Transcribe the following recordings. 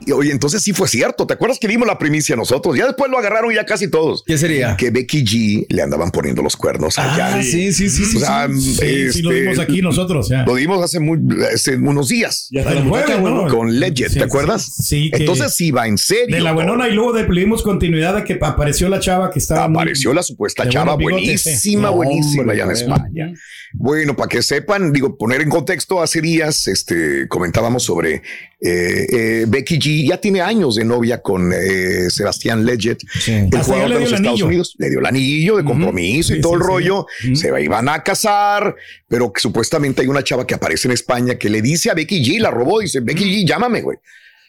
Y, oye, entonces sí fue cierto. ¿Te acuerdas que dimos la primicia nosotros? Ya después lo agarraron ya casi todos. ¿Qué sería? Que Becky G le andaban poniendo los cuernos allá. Ah, sí, sí, sí. O sea, sí, sí, este, pues, sí, lo dimos aquí nosotros. Ya. Lo dimos hace, muy, hace unos días. Ya hasta el jueves, ¿no? Con Legend, Sí, ¿te acuerdas? sí, sí, que- Entonces sí va en serio. De la ¿no? buenona y luego de- le dimos continuidad a que apareció la chava que estaba. muy- Apareció la supuesta de chava buenos bigotes, buenísima, sí. buenísima Hombre, allá en bueno. España. Bueno, para que sepan, digo, poner en contexto, hace días este, comentábamos sobre eh, eh, Becky G, ya tiene años de novia con eh, Sebastián Leggett, el Hasta Ah, ya jugador le de dio los el Estados anillo. Unidos. Le dio el anillo de compromiso Sí, y todo sí, el sí. rollo, Ujú. se va- iban a casar, pero que supuestamente hay una chava que aparece en España que le dice a Becky G, la robó, dice, Becky G, llámame, güey.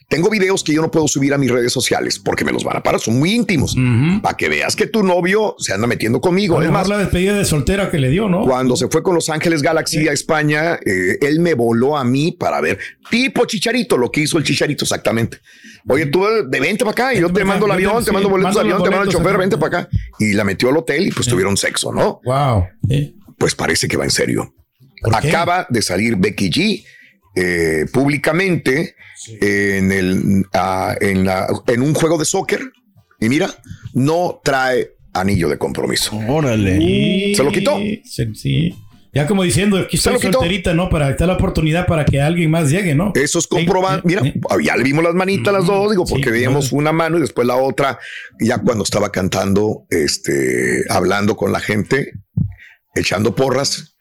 Tengo videos que yo no puedo subir a mis redes sociales porque me los van a parar, son muy íntimos Ujú. para que veas que tu novio se anda metiendo A conmigo. lo Es mejor más, la despedida de soltera que le dio, ¿no? cuando se fue con Los Ángeles Galaxy a España, eh, él me voló a mí para ver tipo chicharito, lo que hizo el chicharito exactamente. Oye, tú eh, de vente para acá y yo te mando el Yo te- avión, te sí, mando boletos de mando avión, los te mando el boletos, chofer, vente ajá. para acá. Y la metió al hotel y pues tuvieron sexo, ¿no? Wow. Pues parece que va en serio. ¿Por qué? Acaba de salir Becky G. eh, públicamente en, el, ah, en, la- en un juego de soccer y mira, no trae anillo de compromiso. Y- Órale. ¿Se lo quitó? se- sí. Ya como diciendo, aquí ¿Se estoy lo quitó? solterita, ¿no? Para dar la oportunidad para que alguien más llegue, ¿no? Eso es Eh, comprobante. Mira, ah, eh, ya le vimos las manitas las dos, digo, porque Sí, veíamos claro. una mano y después la otra. Y ya cuando estaba cantando, este, hablando con la gente, echando porras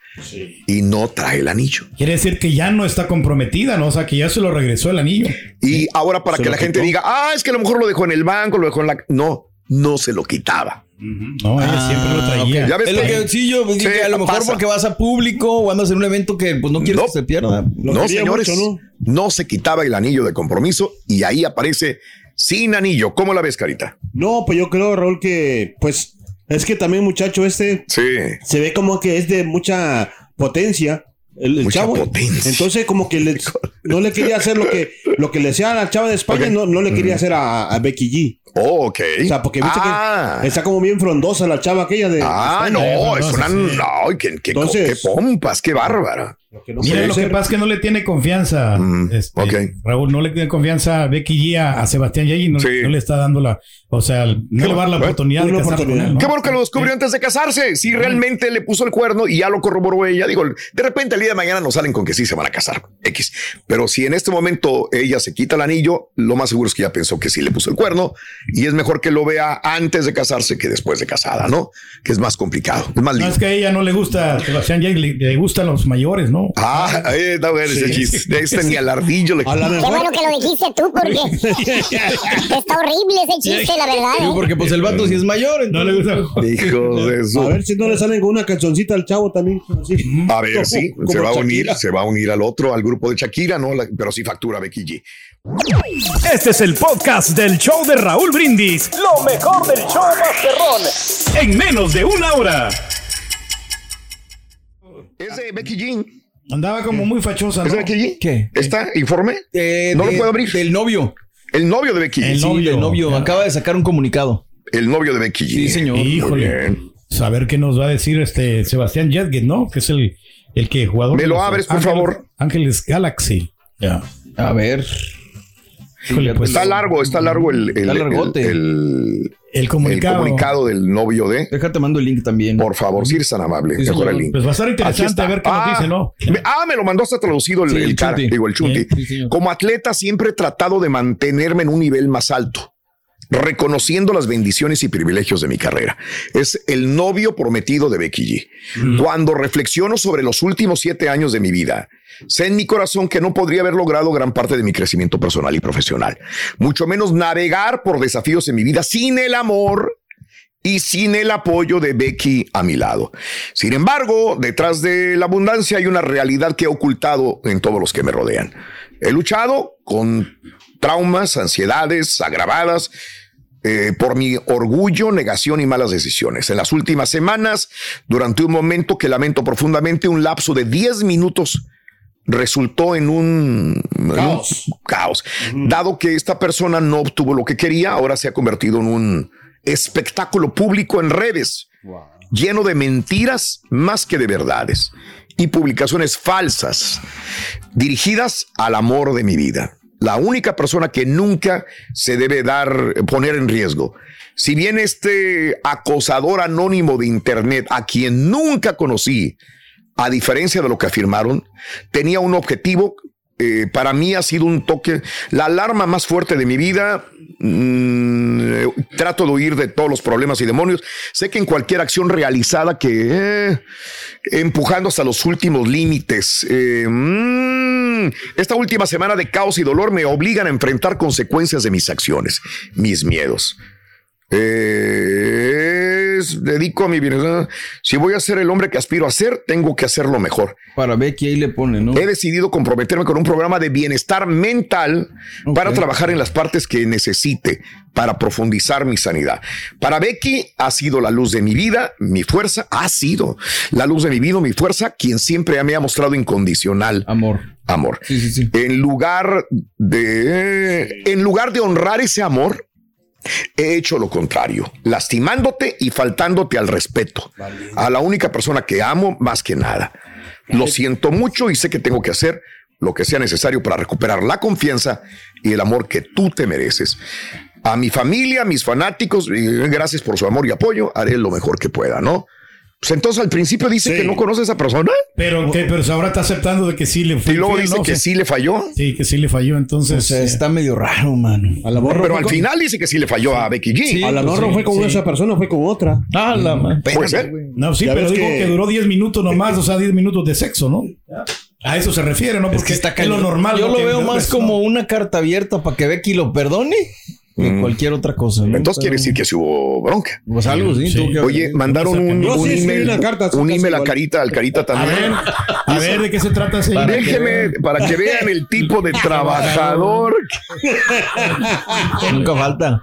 y no trae el anillo. Quiere decir que ya no está comprometida, ¿no? O sea, que ya se lo regresó el anillo. Y ahora para ¿Se que lo la gente quitó? diga, ah, es que a lo mejor lo dejó en el banco, lo dejó en la. No, no se lo quitaba. No, ella siempre lo traía. Ah, Ya ves Es lo que- que sí, yo pues, Sí, que a lo mejor pasa. porque vas a público o andas en un evento que pues no quieres No. que se pierda. No, quería señores, mucho, ¿no? se quitaba el anillo de compromiso y ahí aparece sin anillo. ¿Cómo la ves, Carita? No, pues yo creo, Raúl, que pues es que también muchacho este Sí. se ve como que es de mucha potencia. El, el Mucha chavo. potencia. Entonces, como que le- no le quería hacer lo que, lo que le hacía a la chava de España, Ok. no, no le quería hacer a, a Becky G. Oh, ok. O sea, porque viste Ah. que está como bien frondosa la chava aquella de. Ah, de España. no, es una. sí. No, qué, qué, Entonces- qué pompas, qué bárbara. Lo que no Mira, puede lo que ser. pasa es que no le tiene confianza. Mm, este, ok. Raúl, no le tiene confianza a Becky G a, a Sebastián Yagi. No, Sí. no le está dando la. O sea, no le va a dar la bueno, oportunidad de ¿eh? una casarse con oportunidad. él, ¿no? Qué bueno que lo descubrió antes de casarse. Si realmente le puso el cuerno y ya lo corroboró ella, digo, de repente el día de mañana nos salen con que sí se van a casar. X. Pero si en este momento ella se quita el anillo, lo más seguro es que ya pensó que sí le puso el cuerno y es mejor que lo vea antes de casarse que después de casada, ¿no? Que es más complicado, es más No lindo. es que a ella no le gusta a Sebastián Yagi, le, le gustan los mayores, ¿no? Ah, eh, no, ese chiste. Este ni al ardillo le. A la Qué bueno mejor. que lo dijiste tú, porque está horrible ese chiste, la verdad. Digo, ¿eh? porque pues el vato sí es mayor. No entonces- le gusta. Hijo de su- A ver si no le salen con una cancioncita al chavo también. así. A ver, Como- sí, como se va a unir, Shakira. se va a unir al otro, al grupo de Shakira, ¿no? La- pero sí factura Becky G. Este es el podcast del show de Raúl Brindis. Lo mejor del show Masterrón. En menos de una hora. ¿Es de Becky G? Andaba como muy fachosa, ¿Es ¿no? de Becky G? ¿Qué? ¿Está? ¿Informe? Eh, No lo de- puedo abrir. Del novio. El novio de Becky G. El Sí, novio. del novio. Ya. Acaba de sacar un comunicado. El novio de Becky G. Sí, señor. Híjole. bien. Saber qué nos va a decir este Sebastián Jetget, ¿no? Que es el, el que jugador. Me de lo los abres, por Ángeles- favor. Ángeles Galaxy. Ya. A ver. Híjole, pues. Está largo, está largo el, el, Está largote. el- el- El El comunicado. comunicado del novio de. Déjate, mando el link también. Por favor, si eres tan amable, Sí, mejor señor. el link. Pues va a estar Aquí interesante está. a ver qué nos dice, ¿no? me- ah, me lo mandó hasta traducido el, Sí, el el cara, Chunti. digo, el Chunti. Sí, sí, señor. Como atleta siempre he tratado de mantenerme en un nivel más alto, reconociendo las bendiciones y privilegios de mi carrera. Es el novio prometido de Becky G. Mm. Cuando reflexiono sobre los últimos siete años de mi vida, sé en mi corazón que no podría haber logrado gran parte de mi crecimiento personal y profesional, mucho menos navegar por desafíos en mi vida sin el amor y sin el apoyo de Becky a mi lado. Sin embargo, detrás de la abundancia hay una realidad que he ocultado en todos los que me rodean. He luchado con traumas, ansiedades agravadas. eh, por mi orgullo, negación y malas decisiones. En las últimas semanas, durante un momento que lamento profundamente, un lapso de 10 minutos resultó en un en un Caos. caos. Dado que esta persona no obtuvo lo que quería, ahora se ha convertido en un espectáculo público en redes, lleno de mentiras más que de verdades y publicaciones falsas dirigidas al amor de mi vida. La única persona que nunca se debe dar, poner en riesgo. Si bien este acosador anónimo de Internet, a quien nunca conocí, a diferencia de lo que afirmaron, tenía un objetivo. eh, para mí ha sido un toque, la alarma más fuerte de mi vida. mm, eh, trato de huir de todos los problemas y demonios. Sé que en cualquier acción realizada que eh, empujando hasta los últimos límites. eh, mm, esta última semana de caos y dolor me obligan a enfrentar consecuencias de mis acciones, mis miedos. Eh, es- dedico a mi bienestar. Si voy a ser el hombre que aspiro a ser, tengo que hacerlo mejor. Para Becky ahí le pone, ¿no? He decidido comprometerme con un programa de bienestar mental Ok. para trabajar en las partes que necesite para profundizar mi sanidad. Para Becky ha sido la luz de mi vida, mi fuerza, ha sido la luz de mi vida, mi fuerza, quien siempre me ha mostrado incondicional Amor. amor. Sí, sí, sí. En lugar de en lugar de honrar ese amor, he hecho lo contrario, lastimándote y faltándote al respeto a la única persona que amo más que nada. Lo siento mucho y sé que tengo que hacer lo que sea necesario para recuperar la confianza y el amor que tú te mereces. A mi familia, a mis fanáticos, eh, gracias por su amor y apoyo, haré lo mejor que pueda, ¿no? Pues entonces al principio dice Sí. que no conoce a esa persona Pero, que, pero ahora está aceptando de que sí le fue y luego infiel, dice ¿no? O que sea, sí le falló. Sí, que sí le falló, O entonces. sea, eh, está medio raro, mano. A la borra. Pero fue al con- final dice que sí le falló a Becky G. Sí. A la borra Sí, fue con sí. esa persona, fue con otra. Ah, la madre. Puede ser. No, sí, Ya pero ves digo que... que- eh, duró 10 minutos nomás, o sea, 10 minutos de sexo, ¿no? A eso se refiere, ¿no? Es Porque que está está es lo cañón. normal. Yo ¿no? lo Que veo no más ves, como ¿no? una carta abierta para que Becky lo perdone que cualquier otra cosa. ¿no? Mm. Entonces quiere Pero- decir que sí hubo bronca. Pues algo, sí. Sí. tuvo que Oye, haber- mandaron un, Yo sí un escribí email, una carta, un casi email a igual. Carita, al Carita A ver, también. a ver, ¿de qué se trata ese Para que- Déjeme para que vean el tipo de trabajador. Nunca falta.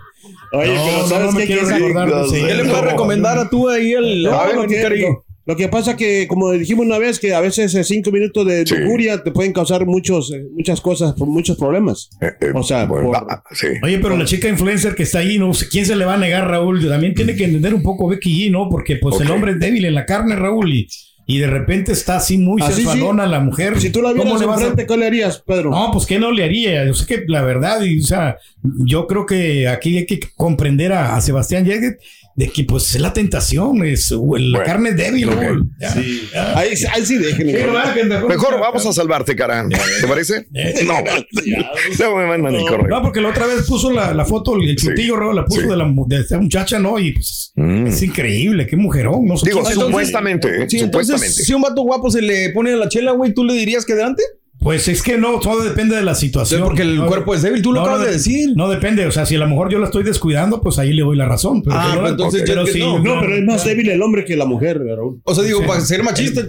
Oye, No, pero no, ¿sabes no me qué? quiero Que esa- recordar de ese- ¿Qué le puedes No. recomendar a tú ahí al No, al- lo, que, Cari? lo- lo que pasa que, como dijimos una vez, que a veces eh, cinco minutos de Sí. lujuria te pueden causar muchos, eh, muchas cosas, por muchos problemas. Eh, eh, O sea, bueno, por- ah, sí. Oye, pero la chica influencer que está ahí, no sé quién se le va a negar, Raúl. También tiene que entender un poco Becky G, ¿no? Porque pues el Ok. hombre es débil en la carne, Raúl, y, y de repente está así muy Así Ah, sí. sensualona la mujer. Si tú la ¿Cómo vieras le vas a- enfrente, ¿qué le harías, Pedro? No, pues que no le haría. Yo sé que la verdad, y, o sea, yo creo que aquí hay que comprender a, a Sebastián Yeguet de que pues es la tentación, es uh, la carne es débil. ok. Raúl. Ya, ya. Ahí, ahí sí déjenme. Sí, ¿verdad? Que mejor- Mejor vamos a salvarte, cara. ¿Te parece? Eh. No. Luego me mandan el No, correo. porque la otra vez puso la, la foto, el Sí. chutillo, Raúl, la puso Sí. de, la, mu- de esta muchacha, ¿no? Y pues Mm. es increíble, qué mujerón. No sé Digo, quién- supuestamente, eh, Sí, entonces, supuestamente. si un vato guapo se le pone a la chela, güey, ¿tú le dirías que delante? Pues es que no, todo depende de la situación. Sí, porque el No, cuerpo es débil, tú lo acabas de de- decir. No depende, o sea, si a lo mejor yo la estoy descuidando, pues ahí le doy la razón. Pero Ah, que no- pero entonces ok. yo pero que sí, no. No, pero es más débil el hombre que la mujer, Raúl. O sea, digo, para ser machista, Ah,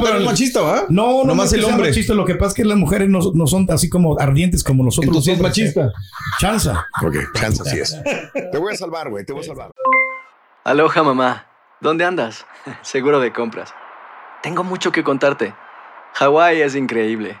pero no el- es machista, ¿va? No, no, más es que el sea hombre. machista, lo que pasa es que las mujeres no, no son así como ardientes como nosotros. Entonces es los hombres. ¿eh? machista. Chanza. Ok, chance así es. Te voy a salvar, güey, te voy a salvar. Aloha mamá, ¿dónde andas? Seguro de compras. Tengo mucho que contarte. Hawái es increíble.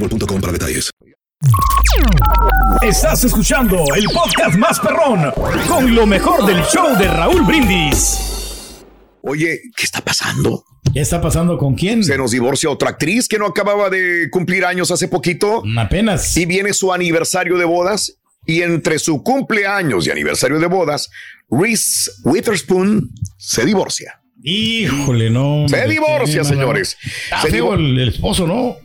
para detalles. Estás escuchando el podcast más perrón con lo mejor del show de Raúl Brindis. Oye, ¿qué está pasando? ¿Qué está pasando con quién? Se nos divorcia otra actriz que no acababa de cumplir años hace poquito. Apenas. Y viene su aniversario de bodas. Y entre su cumpleaños y aniversario de bodas, Reese Witherspoon se divorcia. Híjole, no. Se hombre, divorcia, qué señores. Ah, Se digo, divor- el, el esposo, ¿no?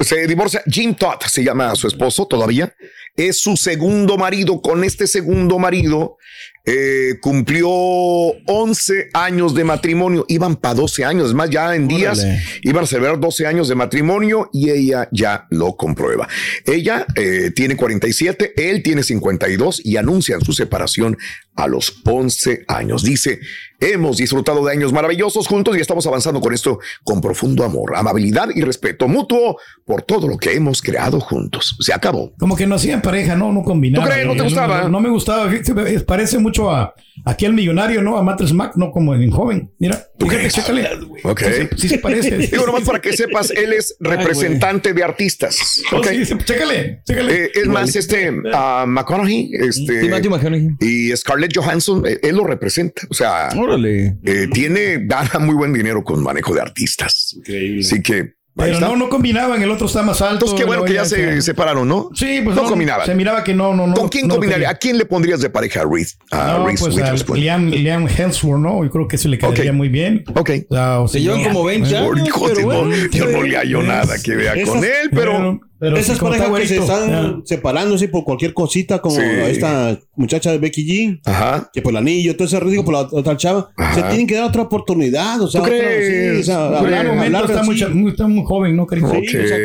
se divorcia. Jim Todd se llama su esposo todavía. Es su segundo marido. Con este segundo marido eh, cumplió 11 años de matrimonio. Iban para 12 años. Es más, ya en días iban a celebrar 12 años de matrimonio y ella ya lo comprueba. Ella eh, tiene 47, él tiene 52 y anuncian su separación a los 11 años. Dice, hemos disfrutado de años maravillosos juntos y estamos avanzando con esto con profundo amor, amabilidad y respeto mutuo por todo lo que hemos creado juntos. Se acabó. Como que no hacían pareja, no, no combinaban. Eh, ¿Tú crees? ¿No te gustaba? No, no me gustaba. Fíjate, es- Parece mucho a aquí al millonario, ¿no? A Matres Mac, no como en joven. Mira, fíjate, chécale. Ok. Sí se parece. Digo, nomás para que sepas, él es Ay, güey. representante de artistas. Oh, Ok. sí, sí, chécale, chécale. Eh, es más, este ah, McConaughey, este, Sí, Matthew McConaughey. y Scarlett Johansson, eh, él lo representa. O sea, Órale. eh, tiene, gana muy buen dinero con manejo de artistas. Increíble. Así que, ahí Pero está. no, no combinaban. El otro está más alto. Entonces, qué bueno luego que ya ella se está- separaron, ¿no? Sí, pues no, combinaban. Se miraba que no, no, no. ¿Con quién no lo combinaría? ¿A quién le pondrías de pareja a Reese? A No, Reese pues a Witherspoon? Liam, Liam Hemsworth, ¿no? Yo creo que se le quedaría Ok. muy bien. Ok. Ah, o Se si llevan no- como 20 Bueno, años. Hijo, pero si no, bueno, yo no le hallo nada que vea esas- con él, pero pero Esas sí, como parejas está que se güerito, están separando así por cualquier cosita, como Sí. esta muchacha de Becky G, ajá. que por el anillo, todo ese riesgo por la otra chava, Ajá. se tienen que dar otra oportunidad. O sea, ¿Tú otra- crees? sí, o sea, ¿Tú ya. En hablar, el momento hablar está, así. muy, cha- muy- está muy joven, ¿no? Creo. Ok. o sea,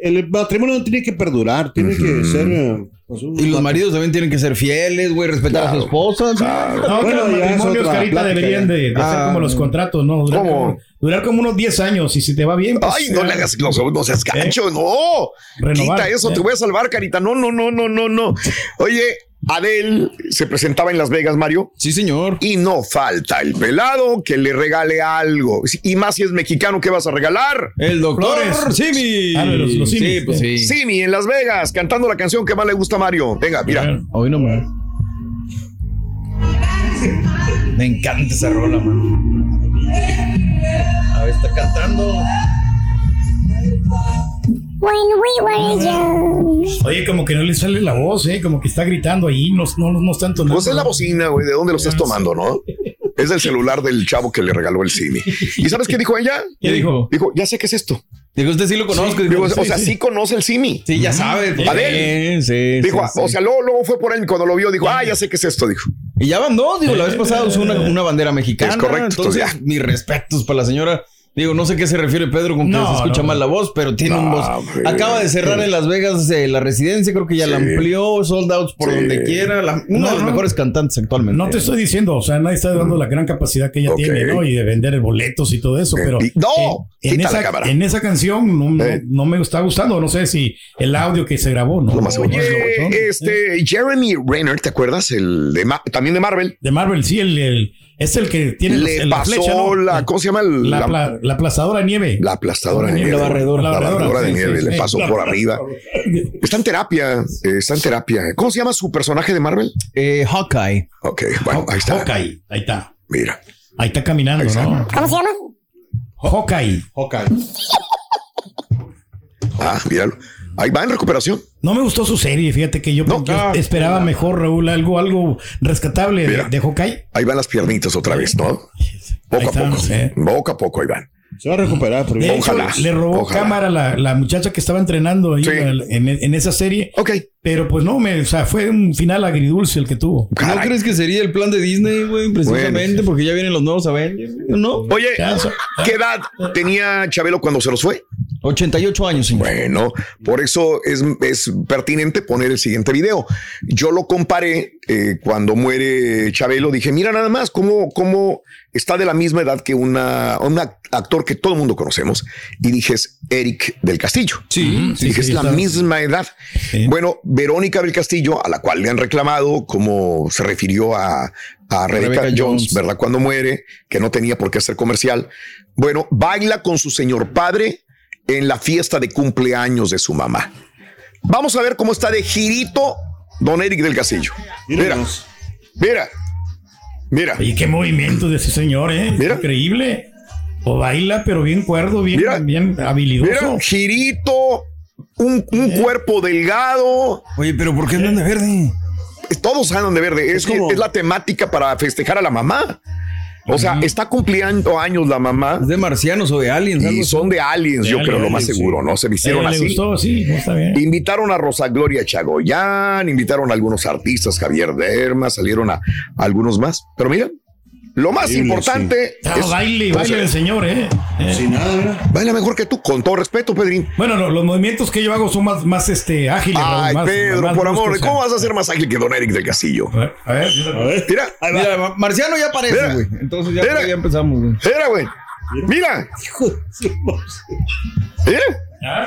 El matrimonio no tiene que perdurar, tiene que ser. eh, pues, un- Y los maridos también tienen que ser fieles, güey, respetar a Claro. su esposa. ¿sí? No, Bueno, que los ya es matrimonios, otra Carita, plática, deberían ya. de, de Ah. ser como los contratos, ¿no? Durar, ¿Cómo? Como, durar como unos 10 años y si te va bien. pues, Ay, no ya, le hagas, no, no seas gancho, no. Renovar, Quita eso, ya. te voy a salvar, carita. No, no, no, no, no, no. Oye, Adel se presentaba en Las Vegas, Mario, Sí, señor. y no falta el pelado que le regale algo. Y más si es mexicano, ¿qué vas a regalar? El doctor Flores. Simi. Ah, los- los Simis. sí, pues sí. Simi en Las Vegas, cantando la canción que más le gusta a Mario. Venga, mira. Bueno, Hoy no más. Me encanta esa rola, man. A ver, está cantando. When we were young. Oye, como que no le sale la voz, ¿eh? Como que está gritando ahí, no, no, no están tonando. Pues es la bocina, güey, ¿de dónde lo estás tomando, no? Es del celular del chavo que le regaló el Simi. ¿Y sabes qué dijo ella? ¿Qué dijo? Dijo, ya sé qué es esto. Digo, usted sí lo conozco. Digo, digo, o sea, sí. sí conoce el Simi. Sí, ya sabe. pues, A ver. sí, sí, Dijo, sí, sí. o sea, luego, luego fue por él y cuando lo vio, dijo, ah, ya sé qué es esto, dijo. Y ya van dos, digo, la vez pasada usó una, una bandera mexicana. Es correcto, Entonces, entonces ya. mis respetos para la señora. Digo, no sé qué se refiere Pedro con que No, se escucha no, mal la voz, pero tiene un No, voz. hombre. Acaba de cerrar en Las Vegas eh, la residencia, creo que ya la Sí. amplió, sold outs por Sí. donde quiera. la- una No, de las no. mejores cantantes actualmente. No te estoy diciendo, o sea, nadie está dando la gran capacidad que ella Ok. tiene, ¿no? Y de vender boletos y todo eso, pero. Y- ¡No! En, en Quita la esa, cámara. en esa canción no, no- Eh. no me está gustando, no sé si el audio que se grabó, ¿no? Lo más No, no es lo Oye, bueno. este Jeremy Renner, ¿te acuerdas? El de Ma- también de Marvel. De Marvel, sí, el, el- es el que tiene Le el- pasó ¿no? Eh. la, ¿cómo se llama? El- La, la, pla- la aplastadora de nieve. la aplastadora La de nieve. barredora. La La barredora, barredora de sí, nieve. sí, Le sí. pasó La por arriba. Está en terapia, eh, está en terapia. ¿Cómo se llama su personaje de Marvel? Eh, Hawkeye. Ok, bueno, ahí está. Hawkeye, ahí está. Mira. Ahí está caminando, Ahí está. ¿no? ¿Cómo se llama? Hawkeye. Ah, míralo. Ahí va en recuperación. No me gustó su serie, fíjate que yo, No. yo Ah, esperaba mejor, Raúl, algo, algo rescatable de, Mira. de Hawkeye. Ahí van las piernitas otra vez, ¿no? Ahí Poco a está, poco. sí. Poco a poco ahí van. Se va a recuperar, pero De hecho, le robó cámara la, la muchacha que estaba entrenando ahí en, el- en- en esa serie. Ok. Pero pues no, me, o sea, fue un final agridulce el que tuvo. ¿No crees que sería el plan de Disney, güey? Precisamente porque ya vienen los nuevos Avengers. güey, ¿No? Oye, ¿qué edad tenía Chabelo cuando se los fue? 88 años, Bueno, por eso es, es pertinente poner el siguiente video. Yo lo comparé eh, cuando muere Chabelo. Dije, mira nada más cómo, cómo está de la misma edad que una, un ac- actor que todo el mundo conocemos. Y dije, es Eric del Castillo. Sí, dije, es la misma edad. Bueno, Verónica del Castillo, a la cual le han reclamado, como se refirió a, a Rebecca, Rebecca Jones, Jones. ¿verdad? Cuando muere, que no tenía por qué ser comercial. Bueno, baila con su señor padre en la fiesta de cumpleaños de su mamá. Vamos a ver cómo está de girito Don Eric del Castillo. Mira, mira, mira. Y qué movimiento de ese señor, ¿eh? Increíble. O baila, pero bien cuerdo, bien, bien habilidoso. Mira, girito, un, un ¿Eh? cuerpo delgado. Oye, pero ¿por qué andan de verde? Todos andan de verde. Es, que es la temática para festejar a la mamá. O sea, está cumpliendo años la mamá. de marcianos o de aliens. Y son de aliens, De yo creo, lo aliens, más sí. seguro, ¿no? Se vistieron Eh, A ella le así. gustó, sí, no, está bien. Invitaron a Rosa Gloria Chagoyán, invitaron a algunos artistas, Javier Derma, salieron a, a algunos más. Pero mira, lo más Increíble, importante. Ah, pues baile, baile del señor, ¿eh? Sin nada, Baila mejor que tú, con todo respeto, Pedrín. Bueno, no, los movimientos que yo hago son más, más este, ágiles. Raúl, Ay, más- Pedro, más por bruscos, amor, o sea. ¿cómo vas a ser más ágil que Don Eric del Castillo? A ver, mira, Mira, Mar- Marciano ya aparece, Mira. güey. Entonces ya, Mira. ya empezamos, güey. Mira, güey. Mira. Mira.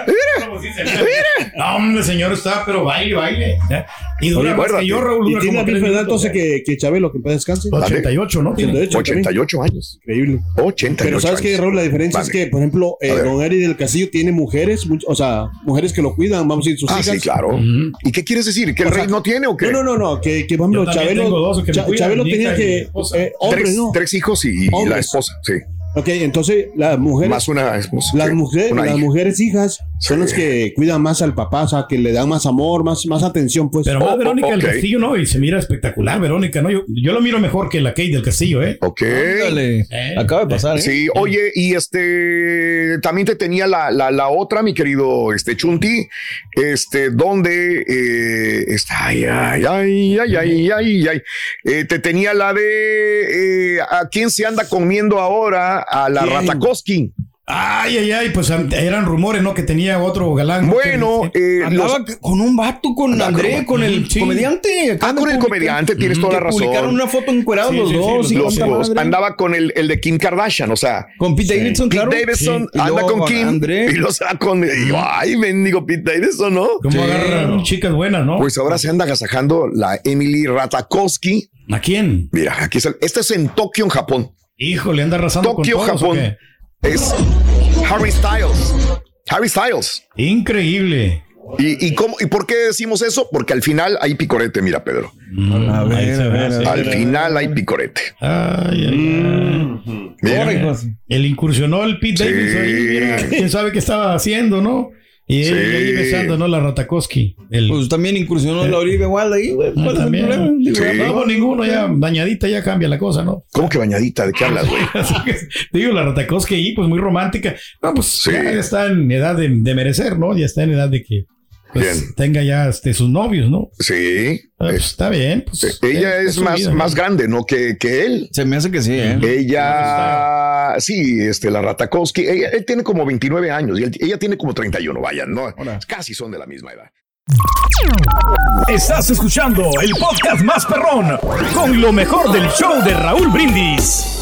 Mira. No, hombre, el señor está, pero baile, baile. ¿eh? Y dura más que yo, Raúl. Y dura tiene la como misma tres edad minutos, entonces ¿eh? que, que Chabelo, que en paz descanse. 88, ¿no? Tiene. 88 años. Increíble. 88 Pero ¿sabes qué, años. Raúl? La diferencia es Vale. que, por ejemplo, eh, A ver. Don Eri del Castillo tiene mujeres, much- o sea, mujeres que lo cuidan, vamos a decir, sus Ah, hijas. sí, claro. ¿Y qué quieres decir? ¿Que el rey no tiene o qué? No, no, no, no, que, que por Yo ejemplo, también Chabelo, tengo dos que me Cha- cuidan, Chabelo mi hija tenía y mi que... esposa. eh, hombres, tres, ¿no? tres hijos y, y la Hombres. esposa, sí. Ok, entonces las mujeres... Más una esposa. Las, sí, mujeres, una las hija. mujeres hijas son Sí. las que cuidan más al papá, o sea, que le dan más amor, más, más atención, pues. Pero Oh, más Verónica del Castillo, ¿no? Y se mira espectacular, Verónica, ¿no? Yo, yo lo miro mejor que la Kate del Castillo, ¿eh? Ok. Eh. Acaba de pasar, ¿eh? Sí, oye, y este también te tenía la, la, la otra, mi querido este Chunti, este, donde eh, está, ay, ay, ay, ay, ay, ay, ay. Eh, te tenía la de eh, a quién se anda comiendo ahora, a la ¿Quién? Ratakoski. Ay, ay, ay, pues an- eran rumores, ¿no? Que tenía otro galán. Bueno, eh, Andaba los- con un vato, con Andaba André, con- con el sí. comediante. Ah, Acaban con de el publicar- comediante, tienes Mm. toda la Que razón. Publicaron una foto encuerados Sí, los sí, sí, dos. los hijos de dos. madre. Andaba con el, el de Kim Kardashian, o sea. Con Pete Davidson, Pete claro. Davidson Sí. Y anda luego con Kim André. y lo saca con. y yo, ay, mendigo Pete Davidson, ¿no? ¿Cómo Sí. agarran chicas buenas, no? Pues ahora se anda agasajando la Emily Ratakowski. ¿A quién? Mira, aquí está. Este es en Tokio, en Japón. Híjole, anda arrasando con Tokio, todos, ¿o Japón. Es Harry Styles. Harry Styles. Increíble. ¿Y, y cómo, ¿Y por qué decimos eso? Porque al final hay picorete, mira, Pedro. a ver, a ver, a ver. al final hay picorete. Ay, ay, ay. Mira. Corre, pues. El incursionó el Pete Sí. Davidson. ahí, mira, quién sabe qué estaba haciendo, ¿no? Y él Sí. ahí besando, ¿no? La Ratakoski. El... Pues también incursionó Eh. la Olivia Wilde ahí, Ah, güey. ¿Cuál es el también. problema? Sí. Digo, No, pues, ninguno ya dañadita ya cambia la cosa, ¿no? ¿Cómo que bañadita? ¿De qué hablas, güey? Digo, la Ratakoski ahí, pues muy romántica. No, pues ya, ya está en edad de, de merecer, ¿no? Ya está en edad de que pues, Bien. tenga ya este, sus novios, ¿no? Ah, Sí. está bien. pues, e- ella es es, su más, vida, más grande, ¿no? Que, que él. Se me hace que sí, ¿eh? Ella, sí, este, la Ratakowski, ella, él tiene como 29 años y él- ella tiene como 31, vaya, no, casi son de la misma edad. Estás escuchando el podcast más perrón con lo mejor del show de Raúl Brindis.